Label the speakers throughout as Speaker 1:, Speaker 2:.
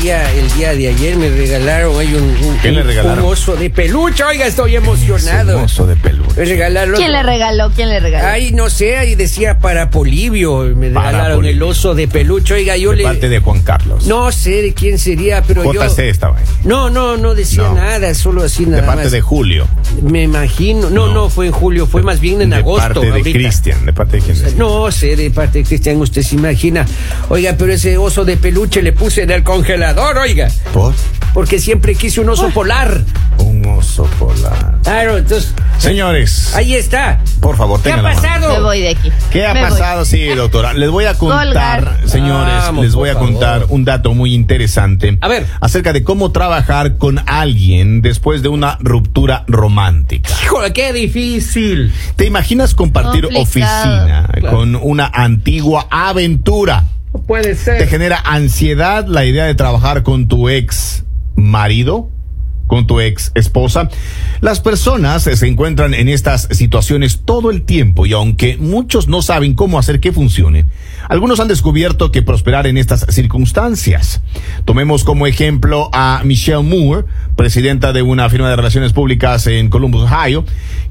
Speaker 1: día de ayer me regalaron hay un, un-
Speaker 2: ¿Qué le
Speaker 1: un-
Speaker 2: regalaron?
Speaker 1: un oso de peluche. Oiga, estoy emocionado.
Speaker 2: Hermoso de peluche.
Speaker 1: Me regalaron.
Speaker 3: ¿Quién le regaló? ¿Quién le regaló?
Speaker 1: Ay, no sé, ahí decía para Polivio. Me
Speaker 2: Para
Speaker 1: regalaron el
Speaker 2: Polibio.
Speaker 1: oso de peluche. Oiga, yo
Speaker 2: de
Speaker 1: le.
Speaker 2: parte de Juan Carlos.
Speaker 1: No sé de quién sería, pero yo.
Speaker 2: JC estaba ahí.
Speaker 1: No, no, no decía
Speaker 2: No.
Speaker 1: nada, solo así nada
Speaker 2: de parte
Speaker 1: más.
Speaker 2: de Julio.
Speaker 1: Me imagino. No, no,
Speaker 2: No.
Speaker 1: fue en julio, fue más bien en
Speaker 2: de
Speaker 1: agosto.
Speaker 2: parte de
Speaker 1: ahorita.
Speaker 2: Cristian. ¿De parte de quién? es?
Speaker 1: No sé, de parte de Cristian, usted se imagina. Oiga, pero ese oso de peluche le puse en el congelador, oiga.
Speaker 2: Por
Speaker 1: Porque siempre quise un oso polar.
Speaker 2: un oso polar.
Speaker 1: Claro, entonces,
Speaker 2: Señores,
Speaker 1: ahí está.
Speaker 2: por favor,
Speaker 1: ¿Qué ha
Speaker 2: tengan la mano.
Speaker 1: pasado?
Speaker 3: Me voy de aquí.
Speaker 2: ¿Qué ha
Speaker 3: Me voy.
Speaker 2: pasado? Sí, doctora. Les voy a contar,
Speaker 3: Colgar.
Speaker 2: señores,
Speaker 1: Vamos,
Speaker 2: les voy a
Speaker 1: por
Speaker 2: contar
Speaker 1: favor.
Speaker 2: un dato muy interesante.
Speaker 1: A ver.
Speaker 2: Acerca de cómo trabajar con alguien después de una ruptura romántica.
Speaker 1: Híjole, qué difícil.
Speaker 2: ¿Te imaginas compartir
Speaker 3: Complicado.
Speaker 2: oficina
Speaker 1: Claro.
Speaker 2: con una antigua aventura?
Speaker 1: No puede
Speaker 2: ¿Te
Speaker 1: ser.
Speaker 2: genera ansiedad la idea de trabajar con tu ex marido? con tu ex esposa. Las personas eh, se encuentran en estas situaciones todo el tiempo y aunque muchos no saben cómo hacer que funcione, algunos han descubierto que prosperar en estas circunstancias. Tomemos como ejemplo a Michelle Moore, presidenta de una firma de relaciones públicas en Columbus, Ohio,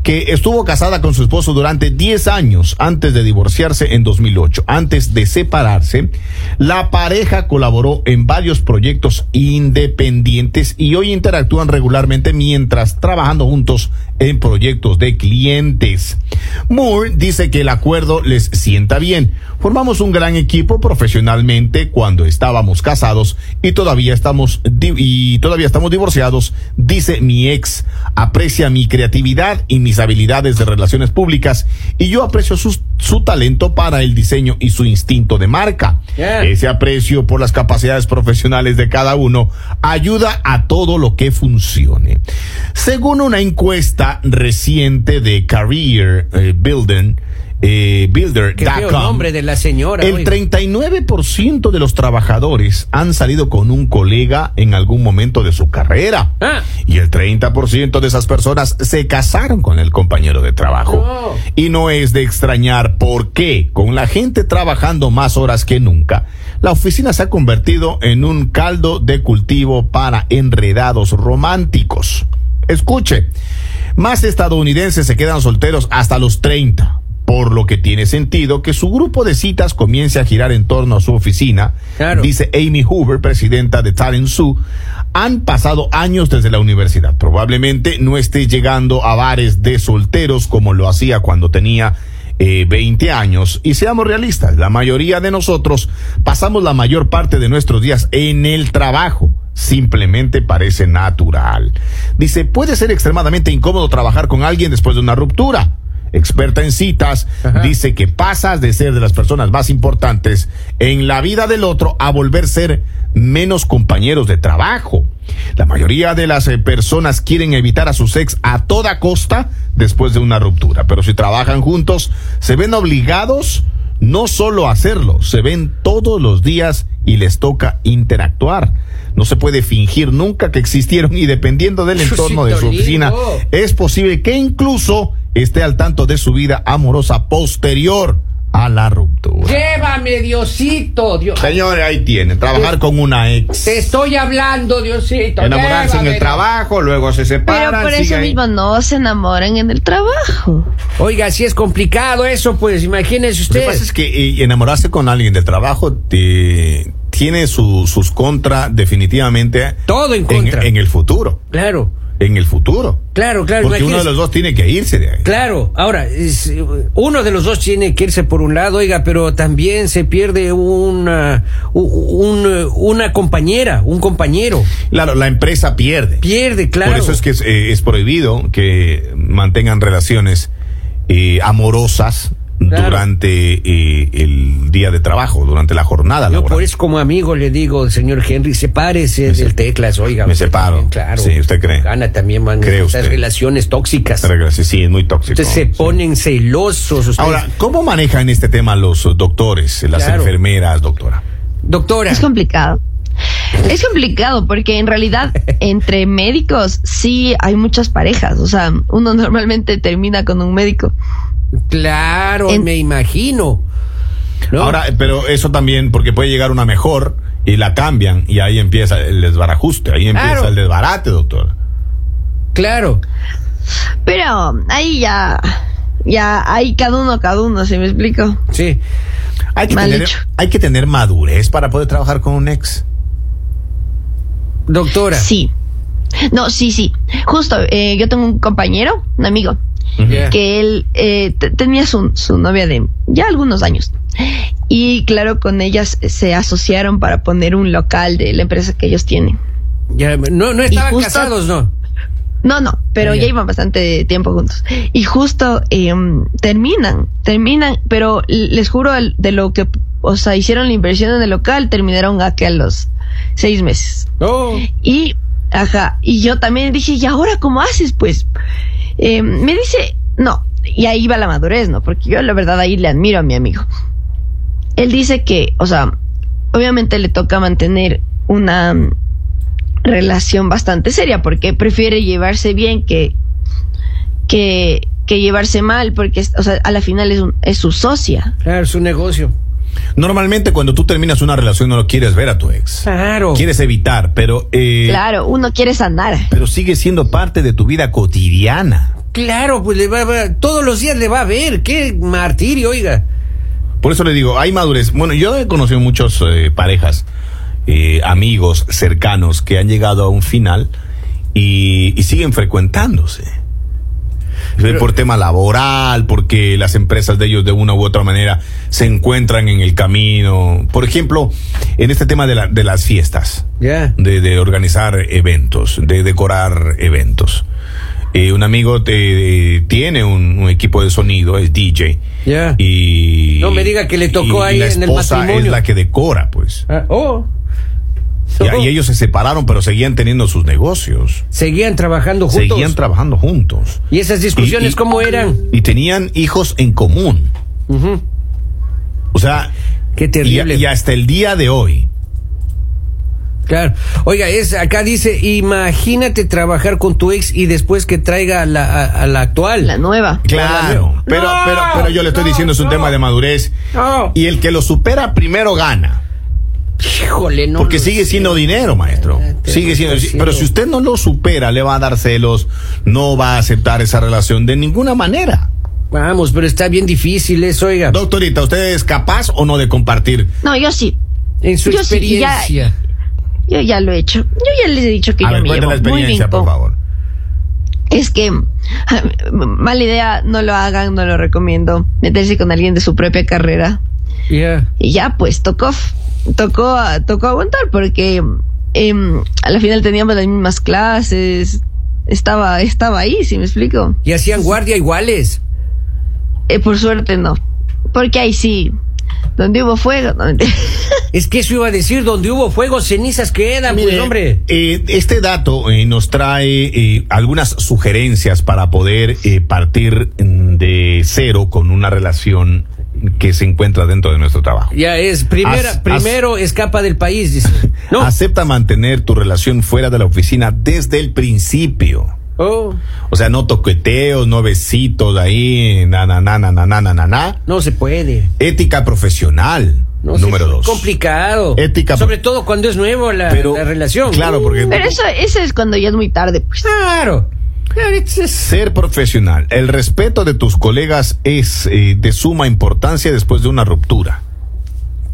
Speaker 2: que estuvo casada con su esposo durante 10 años antes de divorciarse en 2008. Antes de separarse, la pareja colaboró en varios proyectos independientes y hoy interactúan regularmente mientras trabajando juntos en proyectos de clientes. Moore dice que el acuerdo les sienta bien. Formamos un gran equipo profesionalmente cuando estábamos casados y todavía estamos di- y todavía estamos divorciados, dice mi ex. Aprecia mi creatividad y mis habilidades de relaciones públicas y yo aprecio sus- su talento para el diseño y su instinto de marca.
Speaker 1: Yeah.
Speaker 2: Ese aprecio por las capacidades profesionales de cada uno ayuda a todo lo que funcione. Según una encuesta reciente de Career eh, Building, eh,
Speaker 1: Qué feo
Speaker 2: Builder.com,
Speaker 1: nombre de la señora.
Speaker 2: el
Speaker 1: oiga.
Speaker 2: 39% de los trabajadores han salido con un colega en algún momento de su carrera.
Speaker 1: Ah.
Speaker 2: Y el 30% de esas personas se casaron con el compañero de trabajo.
Speaker 1: No.
Speaker 2: Y no es de extrañar por qué, con la gente trabajando más horas que nunca, la oficina se ha convertido en un caldo de cultivo para enredados románticos. Escuche, más estadounidenses se quedan solteros hasta los 30, por lo que tiene sentido que su grupo de citas comience a girar en torno a su oficina,
Speaker 1: Claro.
Speaker 2: dice Amy Hoover, presidenta de Talent Zoo. Han pasado años desde la universidad. Probablemente no esté llegando a bares de solteros como lo hacía cuando tenía eh, 20 años. Y seamos realistas, la mayoría de nosotros pasamos la mayor parte de nuestros días en el trabajo. Simplemente parece natural. Dice, puede ser extremadamente incómodo trabajar con alguien después de una ruptura. Experta en citas,
Speaker 1: Ajá.
Speaker 2: dice que pasas de ser de las personas más importantes en la vida del otro a volver a ser menos compañeros de trabajo. La mayoría de las eh, personas quieren evitar a sus ex a toda costa después de una ruptura, pero si trabajan juntos, se ven obligados no solo a hacerlo, se ven todos los días y les toca interactuar. No se puede fingir nunca que existieron y dependiendo del entorno de su
Speaker 1: Diosito
Speaker 2: oficina,
Speaker 1: lindo.
Speaker 2: es posible que incluso esté al tanto de su vida amorosa posterior a la ruptura.
Speaker 1: Llévame, Diosito, Dios.
Speaker 2: Señores, ahí tienen, trabajar con una ex.
Speaker 1: Te estoy hablando, Diosito.
Speaker 2: Enamorarse en
Speaker 1: llévame.
Speaker 2: el trabajo, luego se
Speaker 3: Pero
Speaker 2: separan.
Speaker 3: por eso
Speaker 2: siguen-
Speaker 3: mismo no se enamoran en el trabajo.
Speaker 1: Oiga, si es complicado eso, pues imagínese
Speaker 2: Lo que
Speaker 1: usted.
Speaker 2: pasa es que eh, enamorarse con alguien del trabajo te- tiene su- sus contras definitivamente.
Speaker 1: Todo en contra.
Speaker 2: en el futuro.
Speaker 1: Claro,
Speaker 2: En el futuro.
Speaker 1: claro, claro.
Speaker 2: Porque uno de
Speaker 1: imagínese.
Speaker 2: los dos tiene que irse de ahí.
Speaker 1: Claro, ahora, es, uno de los dos tiene que irse por un lado, oiga, pero también se pierde una, u- un, una compañera, un compañero.
Speaker 2: Claro, la empresa pierde.
Speaker 1: Pierde, claro.
Speaker 2: Por eso es que es, eh, es prohibido que mantengan relaciones eh, amorosas
Speaker 1: Claro.
Speaker 2: durante eh, el día de trabajo, durante la jornada
Speaker 1: Yo
Speaker 2: laboral.
Speaker 1: por eso como amigo le digo, señor Henry, sepárese del
Speaker 2: se-
Speaker 1: teclas, oiga.
Speaker 2: me
Speaker 1: usted
Speaker 2: separo.
Speaker 1: también, claro.
Speaker 2: Sí, ¿usted cree?
Speaker 1: Gana también, man,
Speaker 2: ¿Cree
Speaker 1: esas
Speaker 2: usted?
Speaker 1: relaciones tóxicas.
Speaker 2: Regrese, Sí, es muy tóxico.
Speaker 1: Ustedes se
Speaker 2: sí.
Speaker 1: ponen celosos. ustedes.
Speaker 2: Ahora, ¿cómo manejan este tema los eh, doctores, las
Speaker 1: Claro.
Speaker 2: enfermeras, doctora?
Speaker 1: Doctora.
Speaker 3: Es complicado. Es complicado porque en realidad entre médicos sí hay muchas parejas. O sea, uno normalmente termina con un médico.
Speaker 1: Claro,
Speaker 3: En-
Speaker 1: me imagino. ¿no?
Speaker 2: Ahora, pero eso también, porque puede llegar una mejor y la cambian y ahí empieza el desbarajuste, ahí empieza
Speaker 1: Claro.
Speaker 2: el desbarate, doctor.
Speaker 1: claro.
Speaker 3: Pero ahí ya, ya, ahí cada uno, cada uno, ¿sí me explico?
Speaker 1: Sí.
Speaker 2: Hay que,
Speaker 3: Mal
Speaker 2: tener,
Speaker 3: hecho.
Speaker 2: hay que tener madurez para poder trabajar con un ex.
Speaker 1: Doctora.
Speaker 3: Sí. No, sí, sí. Justo, eh, yo tengo un compañero, un amigo,
Speaker 1: Ya.
Speaker 3: que él eh, te- tenía su, su novia de ya algunos años. Y claro, con ellas se asociaron para poner un local de la empresa que ellos tienen.
Speaker 1: Ya, no, no estaban
Speaker 3: justo-
Speaker 1: casados, ¿no?
Speaker 3: No, no, pero
Speaker 1: Ah, ya.
Speaker 3: ya iban bastante tiempo juntos. Y justo eh, terminan, terminan, pero l- les juro el- de lo que, o sea, hicieron la inversión en el local, terminaron aquí a los seis meses.
Speaker 1: No.
Speaker 3: Y, ajá, y yo también dije, ¿y ahora cómo haces? Pues, Eh, me dice, no, y ahí va la madurez, ¿no? Porque yo la verdad ahí le admiro a mi amigo. Él dice que, o sea, obviamente le toca mantener una mm, relación bastante seria porque prefiere llevarse bien que, que, que llevarse mal porque, es- o sea, a la final es, un- es su socia.
Speaker 1: Claro, su negocio.
Speaker 2: Normalmente cuando tú terminas una relación no lo quieres ver a tu ex.
Speaker 1: Claro.
Speaker 2: Quieres evitar, pero, eh,
Speaker 3: Claro, uno quiere sanar.
Speaker 2: pero sigue siendo parte de tu vida cotidiana.
Speaker 1: Claro, pues le va, va- todos los días le va a ver. Qué martirio, oiga.
Speaker 2: Por eso le digo, hay madurez. Bueno, yo he conocido muchas parejas, eh, amigos cercanos que han llegado a un final y, y siguen frecuentándose. Eh, por tema laboral, porque las empresas de ellos de una u otra manera se encuentran en el camino. Por ejemplo, en este tema de, la- de las fiestas
Speaker 1: Ya.
Speaker 2: de, de organizar eventos, de decorar eventos. Eh, un amigo te- tiene un, un equipo de sonido, es DJ.
Speaker 1: Ya.
Speaker 2: Y,
Speaker 1: No me diga que le tocó
Speaker 2: y- y
Speaker 1: ahí
Speaker 2: la
Speaker 1: en el
Speaker 2: esposa
Speaker 1: matrimonio.
Speaker 2: Es la que decora, pues.
Speaker 1: Ah, oh.
Speaker 2: Y,
Speaker 1: Oh.
Speaker 2: y ellos se separaron, pero seguían teniendo sus negocios.
Speaker 1: Seguían trabajando juntos.
Speaker 2: Seguían trabajando juntos.
Speaker 1: ¿Y esas discusiones
Speaker 2: Y- y-
Speaker 1: cómo eran?
Speaker 2: Y tenían hijos en común.
Speaker 1: Ujú.
Speaker 2: O sea,
Speaker 1: Qué
Speaker 2: y,
Speaker 1: terrible.
Speaker 2: y hasta el día de hoy.
Speaker 1: Claro. Oiga, es acá dice, imagínate trabajar con tu ex y después que traiga a la, a- a la actual.
Speaker 3: La nueva.
Speaker 1: Claro.
Speaker 2: Pero,
Speaker 1: No,
Speaker 2: pero, pero yo le estoy
Speaker 1: no,
Speaker 2: diciendo, es un
Speaker 1: no.
Speaker 2: tema de madurez.
Speaker 1: No.
Speaker 2: Y el que lo supera primero gana.
Speaker 1: Híjole, no.
Speaker 2: Porque
Speaker 1: lo
Speaker 2: sigue
Speaker 1: sé.
Speaker 2: siendo dinero, maestro.
Speaker 1: Ah, te
Speaker 2: Sigue siendo.
Speaker 1: estoy
Speaker 2: Pero
Speaker 1: diciendo.
Speaker 2: si usted no lo supera, le va a dar celos, no va a aceptar esa relación de ninguna manera.
Speaker 1: Vamos, pero está bien difícil eso, oiga.
Speaker 2: Doctorita, ¿usted es capaz o no de compartir?
Speaker 3: No, yo sí.
Speaker 1: en su
Speaker 3: yo sí, ya-
Speaker 1: experiencia.
Speaker 3: Yo ya lo he hecho. Yo ya les he dicho que
Speaker 2: a
Speaker 3: yo
Speaker 2: ver,
Speaker 3: me
Speaker 2: cuéntame
Speaker 3: llevo
Speaker 2: la
Speaker 3: muy bien
Speaker 2: experiencia, por
Speaker 3: con-
Speaker 2: favor.
Speaker 3: Es que mm, mala idea, no lo hagan, no lo recomiendo. Meterse con alguien de su propia carrera.
Speaker 1: Ya.
Speaker 3: Y ya pues tocó, tocó, tocó aguantar porque em, a la final teníamos las mismas clases. Estaba, estaba ahí, si me explico.
Speaker 1: Y hacían guardia iguales.
Speaker 3: Eh, por suerte no. Porque ahí sí, donde hubo fuego. no, mentira.
Speaker 1: Es que eso iba a decir, donde hubo fuego, cenizas quedan,
Speaker 2: Mire,
Speaker 1: pues, hombre.
Speaker 2: eh, este dato eh, nos trae eh, algunas sugerencias para poder eh, partir mm, de cero con una relación que se encuentra dentro de nuestro trabajo.
Speaker 1: Ya es, primera,
Speaker 2: Haz- haz-
Speaker 1: primero escapa del país, dice. No.
Speaker 2: Acepta mantener tu relación fuera de la oficina desde el principio.
Speaker 1: Oh,
Speaker 2: O sea, no toqueteos, no besitos ahí, na, na, na, na, na, na, na, na, na.
Speaker 1: no se puede.
Speaker 2: Ética profesional,
Speaker 1: No se-
Speaker 2: número dos.
Speaker 1: Complicado.
Speaker 2: Ética-
Speaker 1: Sobre todo cuando es nuevo la,
Speaker 2: Pero-
Speaker 1: la relación. Uh,
Speaker 2: claro, porque-
Speaker 3: Pero eso, eso es cuando ya es muy tarde, pues.
Speaker 1: Claro. Claro, es- es-
Speaker 2: Ser profesional. El respeto de tus colegas es eh, de suma importancia después de una ruptura.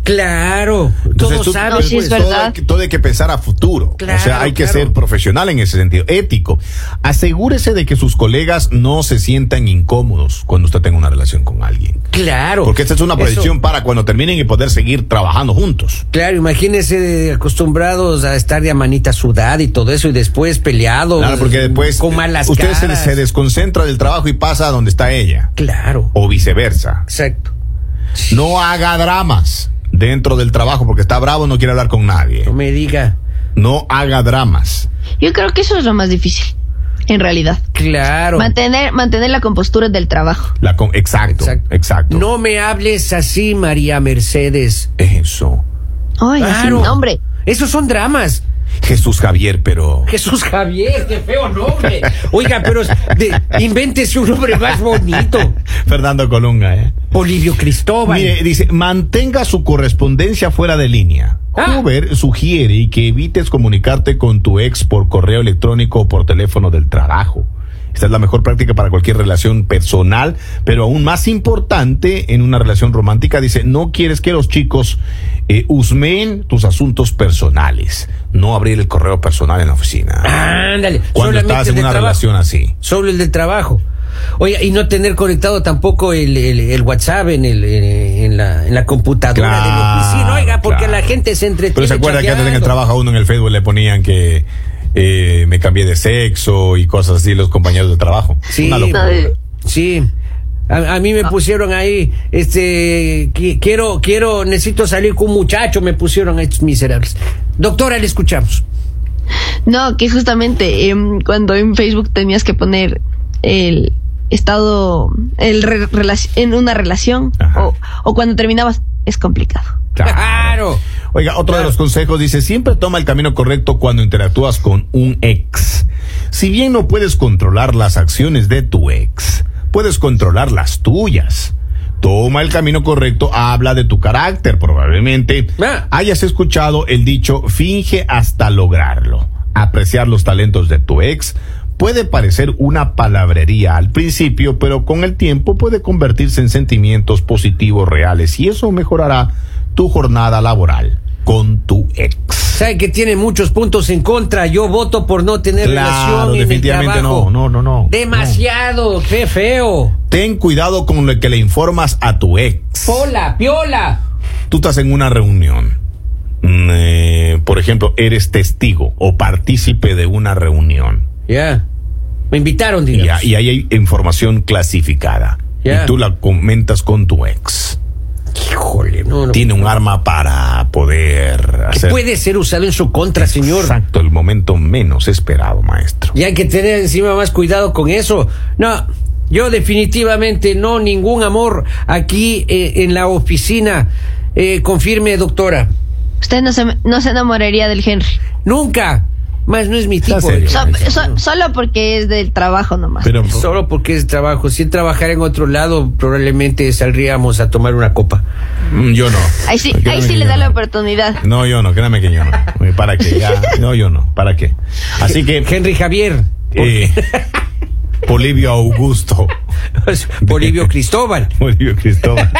Speaker 1: claro.
Speaker 2: Entonces,
Speaker 1: Todos
Speaker 2: tú-
Speaker 1: saben.
Speaker 3: No, sí es
Speaker 1: pues.
Speaker 2: todo
Speaker 3: verdad.
Speaker 2: hay que- Todo, hay que pensar a futuro.
Speaker 1: Claro,
Speaker 2: o sea, hay que
Speaker 1: claro.
Speaker 2: ser profesional en ese sentido. Ético. Asegúrese de que sus colegas no se sientan incómodos cuando usted tenga una relación con alguien.
Speaker 1: Claro.
Speaker 2: Porque esta es una
Speaker 1: Eso-
Speaker 2: proyección para cuando terminen y poder seguir trabajando juntos.
Speaker 1: Claro, imagínense acostumbrados a estar de a manita sudada y todo eso y después peleados.
Speaker 2: Claro, porque después
Speaker 1: Con malas
Speaker 2: usted se-
Speaker 1: caras.
Speaker 2: Se, desconcentra del trabajo y pasa a donde está ella,
Speaker 1: Claro.
Speaker 2: o viceversa.
Speaker 1: Exacto.
Speaker 2: No haga dramas dentro del trabajo porque está bravo, no quiere hablar con nadie.
Speaker 1: No me diga.
Speaker 2: No haga dramas.
Speaker 3: Yo creo que eso es lo más difícil, en realidad.
Speaker 1: Claro.
Speaker 3: Mantener, mantener la compostura del trabajo.
Speaker 2: La con- exacto,
Speaker 1: Exacto.
Speaker 2: exacto,
Speaker 1: No me hables así, María Mercedes.
Speaker 2: Eso.
Speaker 3: Ay, así,
Speaker 1: Claro.
Speaker 3: no, hombre.
Speaker 1: Esos son dramas.
Speaker 2: Jesús Javier, pero.
Speaker 1: Jesús Javier, qué feo nombre. Oiga, pero de- invéntese un nombre más bonito.
Speaker 2: Fernando Colunga, ¿eh?
Speaker 1: Polivio Cristóbal.
Speaker 2: Mire, dice, mantenga su correspondencia fuera de línea.
Speaker 1: Ah.
Speaker 2: Uber sugiere que evites comunicarte con tu ex por correo electrónico o por teléfono del trabajo. Esta es la mejor práctica para cualquier relación personal, pero aún más importante en una relación romántica. Dice, no quieres que los chicos eh, husmeen tus asuntos personales. No abrir el correo personal en la oficina.
Speaker 1: Ándale.
Speaker 2: Cuando
Speaker 1: Ah, solamente
Speaker 2: estás
Speaker 1: el
Speaker 2: en
Speaker 1: de
Speaker 2: una
Speaker 1: trabajo.
Speaker 2: relación así.
Speaker 1: Solo el del trabajo. Oiga, y no tener conectado tampoco el, el- el WhatsApp en, el, en, en la, en la computadora de la oficina. Oiga, porque
Speaker 2: claro.
Speaker 1: la gente se entretiene.
Speaker 2: Pero se acuerda que antes en el
Speaker 1: chateando.
Speaker 2: trabajo a uno en el Facebook le ponían que eh, me cambié de sexo y cosas así los compañeros de trabajo.
Speaker 1: Sí,
Speaker 2: Una locura.
Speaker 3: Ay.
Speaker 1: sí. A, a mí me pusieron ahí, este, qui- quiero, quiero, necesito salir con un muchacho, me pusieron a estos miserables. Doctora, le escuchamos.
Speaker 3: No, que justamente em, cuando en Facebook tenías que poner el estado el re- relac- en una relación
Speaker 2: Ajá.
Speaker 3: o, o cuando terminabas es complicado.
Speaker 1: Claro.
Speaker 2: Oiga, otro
Speaker 1: Claro.
Speaker 2: de los consejos dice, siempre toma el camino correcto cuando interactúas con un ex. Si bien no puedes controlar las acciones de tu ex, puedes controlar las tuyas. Toma el camino correcto, habla de tu carácter, probablemente
Speaker 1: Ah.
Speaker 2: hayas escuchado el dicho finge hasta lograrlo. Apreciar los talentos de tu ex puede parecer una palabrería al principio, pero con el tiempo puede convertirse en sentimientos positivos reales y eso mejorará tu jornada laboral con tu ex.
Speaker 1: Sabe que tiene muchos puntos en contra. Yo voto por no tener
Speaker 2: Claro,
Speaker 1: relación en el
Speaker 2: definitivamente
Speaker 1: trabajo.
Speaker 2: no, no, no, no.
Speaker 1: Demasiado, qué feo.
Speaker 2: Ten cuidado con lo que le informas a tu ex.
Speaker 1: Pola, piola.
Speaker 2: tú estás en una reunión, mm, eh, por ejemplo, eres testigo o partícipe de una reunión
Speaker 1: Ya. Me invitaron,
Speaker 2: y,
Speaker 1: digamos.
Speaker 2: a- y ahí hay información clasificada
Speaker 1: Ya.
Speaker 2: y tú la comentas con tu ex.
Speaker 1: Híjole, no, no.
Speaker 2: Tiene un arma para poder hacer
Speaker 1: Puede ser usado en su contra, señor.
Speaker 2: exacto el momento menos esperado, maestro.
Speaker 1: Y hay que tener encima más cuidado con eso. No, yo definitivamente no, ningún amor aquí eh, en la oficina. Eh, confirme, doctora.
Speaker 3: Usted no se, no se enamoraría del Henry.
Speaker 1: Nunca. Más no es mi
Speaker 2: Está
Speaker 1: tipo.
Speaker 2: serio.
Speaker 3: So-
Speaker 2: Ay,
Speaker 3: so- solo porque es del trabajo nomás.
Speaker 2: Pero
Speaker 1: Solo porque es trabajo. Si trabajara en otro lado, probablemente saldríamos a tomar una copa.
Speaker 2: mm, yo no.
Speaker 3: ahí sí,
Speaker 2: Créame
Speaker 3: ahí sí
Speaker 2: que
Speaker 3: le
Speaker 2: yo
Speaker 3: da
Speaker 2: no.
Speaker 3: la oportunidad.
Speaker 2: No, yo no, créame que yo no. Eh, ¿Para qué? Ya, no, yo no. ¿Para qué? Así que,
Speaker 1: Henry Javier,
Speaker 2: eh, Polibio Augusto.
Speaker 1: Bolivio Cristóbal.
Speaker 2: Bolivio Cristóbal.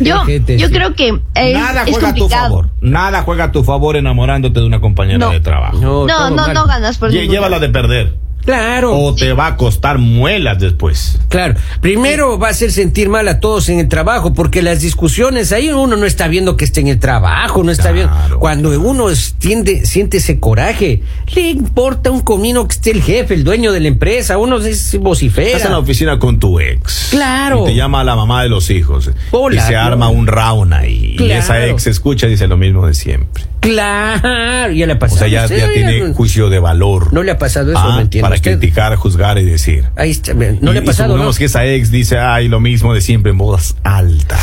Speaker 3: Yo,
Speaker 1: Gente,
Speaker 3: yo
Speaker 1: sí.
Speaker 3: creo que es,
Speaker 2: Nada
Speaker 3: es
Speaker 2: juega a tu
Speaker 3: complicado.
Speaker 2: favor. Nada juega a tu favor enamorándote de una compañera
Speaker 3: No.
Speaker 2: de trabajo.
Speaker 1: todo
Speaker 3: No, no,
Speaker 1: mal.
Speaker 3: no
Speaker 1: Pues
Speaker 3: ganas por
Speaker 2: Lle-
Speaker 3: ningún
Speaker 2: Llévala de perder.
Speaker 1: Claro.
Speaker 2: O te va a costar muelas después.
Speaker 1: Claro, primero va a hacer sentir mal a todos en el trabajo, porque las discusiones ahí uno no está viendo que esté en el trabajo, no está
Speaker 2: Claro.
Speaker 1: viendo. Cuando uno es- tiende, siente ese coraje, le importa un comino que esté el jefe, el dueño de la empresa, uno es vocifera.
Speaker 2: Estás en la oficina con tu ex.
Speaker 1: Claro.
Speaker 2: Y te llama la mamá de los hijos.
Speaker 1: Hola,
Speaker 2: y se
Speaker 1: no.
Speaker 2: arma un round ahí. Y
Speaker 1: Claro.
Speaker 2: esa ex escucha y dice lo mismo de siempre.
Speaker 1: Claro, ya le ha
Speaker 2: O
Speaker 1: pasado.
Speaker 2: sea, ya,
Speaker 1: Usted
Speaker 2: ya
Speaker 1: no-
Speaker 2: tiene
Speaker 1: no-
Speaker 2: juicio de valor.
Speaker 1: No le ha pasado eso,
Speaker 2: Ah,
Speaker 1: no entiendo.
Speaker 2: Para
Speaker 1: usted.
Speaker 2: criticar, juzgar y decir.
Speaker 1: Ahí está, vean, no
Speaker 2: Y-
Speaker 1: le ha
Speaker 2: y
Speaker 1: pasado. ¿no?
Speaker 2: supongamos que esa ex dice, ay, lo mismo de siempre en voz alta.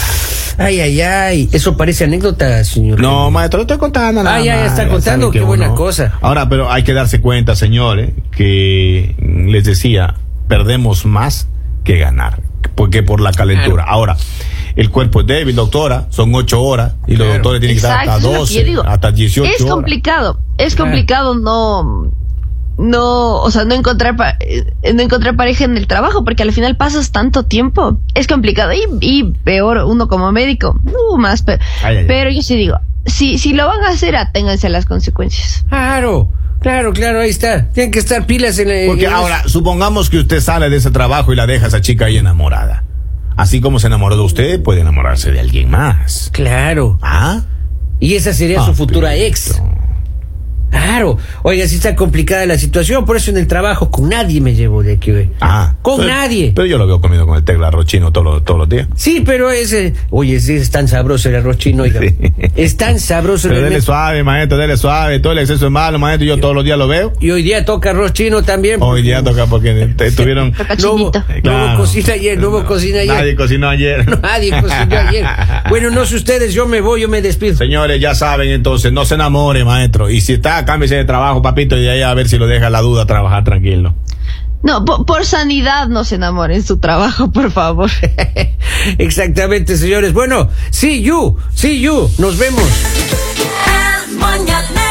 Speaker 1: Ay, ay, ay, eso parece anécdota, señor.
Speaker 2: No, maestro, estoy contando. nada
Speaker 1: Ah, ya, ya
Speaker 2: más,
Speaker 1: está
Speaker 2: sabe
Speaker 1: contando,
Speaker 2: que
Speaker 1: qué buena cosa.
Speaker 2: Ahora, pero hay que darse cuenta, señores, que mm, les decía, perdemos más que ganar, porque por la calentura.
Speaker 1: Claro.
Speaker 2: Ahora, el cuerpo es débil, doctora, son ocho horas y los
Speaker 1: Claro.
Speaker 2: doctores tienen que
Speaker 3: Exacto,
Speaker 2: estar hasta
Speaker 3: eso es lo que yo
Speaker 2: 12,
Speaker 3: digo.
Speaker 2: hasta 18
Speaker 3: Es
Speaker 2: horas.
Speaker 3: complicado, es
Speaker 1: Claro.
Speaker 3: complicado no no, o sea, no encontrar pa- eh, no encontrar pareja en el trabajo porque al final pasas tanto tiempo. Es complicado y, y peor uno como médico, no más
Speaker 2: Ay,
Speaker 3: pe-
Speaker 2: ay, ay.
Speaker 3: pero yo sí digo, si si lo van a hacer, aténganse a las consecuencias.
Speaker 1: Claro, claro, claro, ahí está. Tienen que estar pilas en el.
Speaker 2: Porque
Speaker 1: en el-
Speaker 2: ahora, supongamos que usted sale de ese trabajo y la deja a esa chica ahí enamorada. Así como se enamoró de usted, puede enamorarse de alguien más.
Speaker 1: Claro.
Speaker 2: ¿Ah?
Speaker 1: Y esa sería
Speaker 2: Ah,
Speaker 1: su futura ex.
Speaker 2: pero-
Speaker 1: Claro, oiga, sí está complicada la situación, por eso en el trabajo con nadie me llevo de aquí, güey.
Speaker 2: Ah.
Speaker 1: Con
Speaker 2: Pero-
Speaker 1: nadie.
Speaker 2: Pero yo lo veo comiendo con el tecla rochino todos los- todos los días.
Speaker 1: Sí, pero ese, oye, sí, es tan sabroso el arroz chino, oiga.
Speaker 2: Sí.
Speaker 1: Es tan sabroso
Speaker 2: Pero dele
Speaker 1: realmente.
Speaker 2: suave, maestro, dele suave. Todo el exceso es malo, maestro. Yo todos los días lo veo.
Speaker 1: Y hoy día toca arroz chino también.
Speaker 2: Hoy día toca porque te estuvieron.
Speaker 3: Toca
Speaker 1: No hubo,
Speaker 3: chinito.
Speaker 1: no hubo cocina ayer, no hubo cocina ayer.
Speaker 2: Nadie cocinó ayer.
Speaker 1: Nadie cocinó ayer. Bueno, no sé ustedes, yo me voy, yo me despido.
Speaker 2: Señores, ya saben entonces, no se enamore, maestro. Y si está, cámbiese de trabajo, papito, y ahí a ver si lo deja la duda trabajar tranquilo.
Speaker 3: No, po- por sanidad no se enamoren en su trabajo, por favor.
Speaker 1: Exactamente, señores. Bueno, see you, see you. Nos vemos.
Speaker 4: El mañanero